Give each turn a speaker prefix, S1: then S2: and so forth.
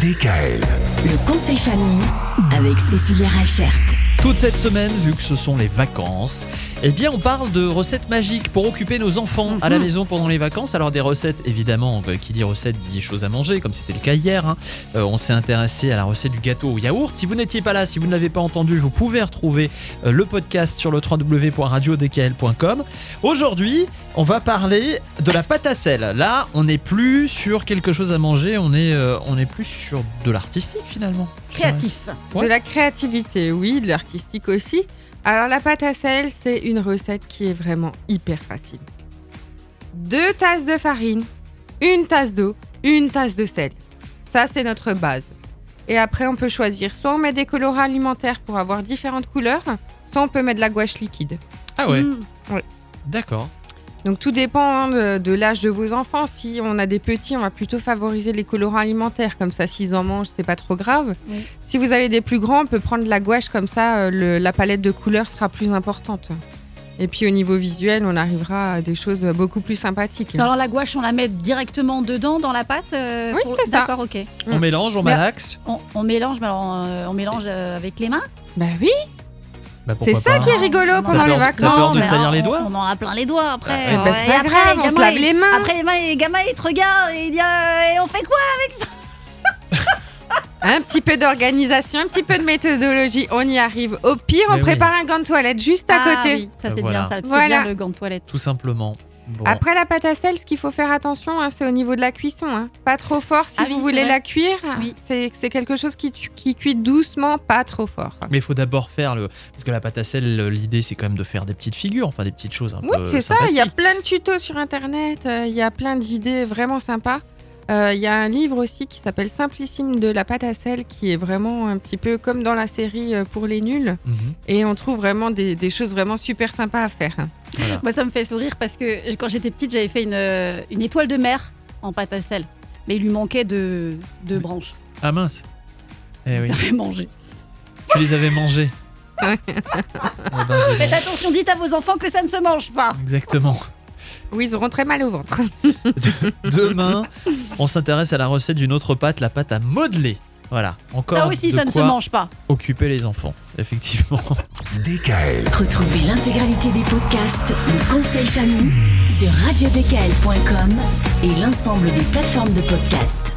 S1: DKL.
S2: Le conseil famille avec Cécilia Rachert.
S3: Toute cette semaine, vu que ce sont les vacances, eh bien on parle de recettes magiques pour occuper nos enfants à la maison pendant les vacances. Alors des recettes, évidemment, euh, qui dit recette dit choses à manger, comme c'était le cas hier. hein. Euh, on s'est intéressé à la recette du gâteau au yaourt. Si vous n'étiez pas là, si vous ne l'avez pas entendu, vous pouvez retrouver euh, le podcast sur le www.radiodkl.com. Aujourd'hui, on va parler de la pâte à sel. Là, on n'est plus sur quelque chose à manger, on est, euh, on est plus sur de l'artistique finalement.
S4: Créatif.
S3: Ouais.
S5: De la créativité, oui, de l'artistique aussi. Alors la pâte à sel, c'est une recette qui est vraiment hyper facile. Deux tasses de farine, une tasse d'eau, une tasse de sel. Ça, c'est notre base. Et après, on peut choisir soit on met des colorants alimentaires pour avoir différentes couleurs, soit on peut mettre de la gouache liquide.
S3: Ah ouais,
S4: Mm.
S3: d'accord.
S5: Donc tout dépend hein, de, de l'âge de vos enfants. Si on a des petits, on va plutôt favoriser les colorants alimentaires. Comme ça, s'ils en mangent, c'est pas trop grave.
S4: Oui.
S5: Si vous avez des plus grands, on peut prendre de la gouache. Comme ça, euh, le- la palette de couleurs sera plus importante. Et puis au niveau visuel, on arrivera à des choses beaucoup plus sympathiques.
S4: Alors la gouache, on la met directement dedans dans la pâte. euh,
S5: Oui, c'est ça.
S4: D'accord, ok.
S3: On
S5: Mm.
S3: mélange, on
S4: Mais-
S3: malaxe.
S4: On, on mélange, mais alors, euh, on mélange euh, avec les mains.
S5: Bah oui,
S3: Bah,
S5: c'est
S3: pourquoi
S5: ça
S3: pas
S5: qui est rigolo
S4: Non,
S5: pendant
S3: t'as
S5: les
S3: peur- t'as peur
S5: vacances.
S3: de te
S4: mais
S3: salir
S4: on-
S3: les doigts
S4: On en a plein les doigts après.
S3: Ah, ouais.
S4: euh,
S5: Bah, c'est
S4: et
S5: pas
S4: après, les
S5: grave, on se
S4: gamins,
S5: lave
S4: ils-
S5: les mains.
S4: Après les mains, les gamins ils te regardent et ils disent euh, et on fait quoi
S5: Un petit peu d'organisation, un petit peu de méthodologie, on y arrive. Au pire, on
S3: Mais Eh oui.
S5: prépare un gant de toilette juste à
S4: Ah
S5: côté.
S4: oui, ça
S3: Euh,
S4: c'est
S3: voilà.
S4: bien ça, c'est
S5: Voilà.
S4: bien le gant de toilette.
S3: Tout simplement. Bon.
S5: Après la pâte à sel, ce qu'il faut faire attention, hein, c'est au niveau de la cuisson. hein. Pas trop fort si
S4: Ah oui,
S5: vous
S4: c'est
S5: voulez
S4: vrai.
S5: la cuire.
S4: Oui.
S5: C'est c'est quelque chose qui, tu- qui cuit doucement, pas trop fort.
S3: Mais il faut d'abord faire le. Parce que la pâte à sel, le- l'idée, c'est quand même de faire des petites figures, enfin des petites choses un
S5: Oui,
S3: peu.
S5: c'est ça. Il y a
S3: sympathiques.
S5: plein de tutos sur Internet. euh, Il y a plein d'idées vraiment sympas. Euh, Il y a un livre aussi qui s'appelle Simplissime de la pâte à sel, qui est vraiment un petit peu comme dans la série euh, pour les nuls.
S3: Mhm.
S5: Et on trouve vraiment des, des choses vraiment super sympas à faire. hein.
S4: Moi ça me fait sourire parce que quand j'étais petite j'avais fait une, euh, une étoile de mer en pâte à sel. Mais il lui manquait deux, deux branches.
S3: Ah mince. Eh oui,
S4: Ils avaient mangé.
S3: tu les avais mangées. Eh ben, dis donc.
S4: Faites attention, dites à vos enfants que ça ne se mange pas.
S3: Exactement.
S5: Oui, ils auront très mal au ventre.
S3: Demain, on s'intéresse à la recette d'une autre pâte, la pâte à modeler. Voilà, encore
S4: ça aussi,
S3: de
S4: ça ne se
S3: quoi
S4: mange pas.
S3: occuper les enfants, effectivement.
S1: DKL.
S2: Retrouvez l'intégralité des podcasts Le conseil famille sur radiodkl.com et l'ensemble des plateformes de podcasts.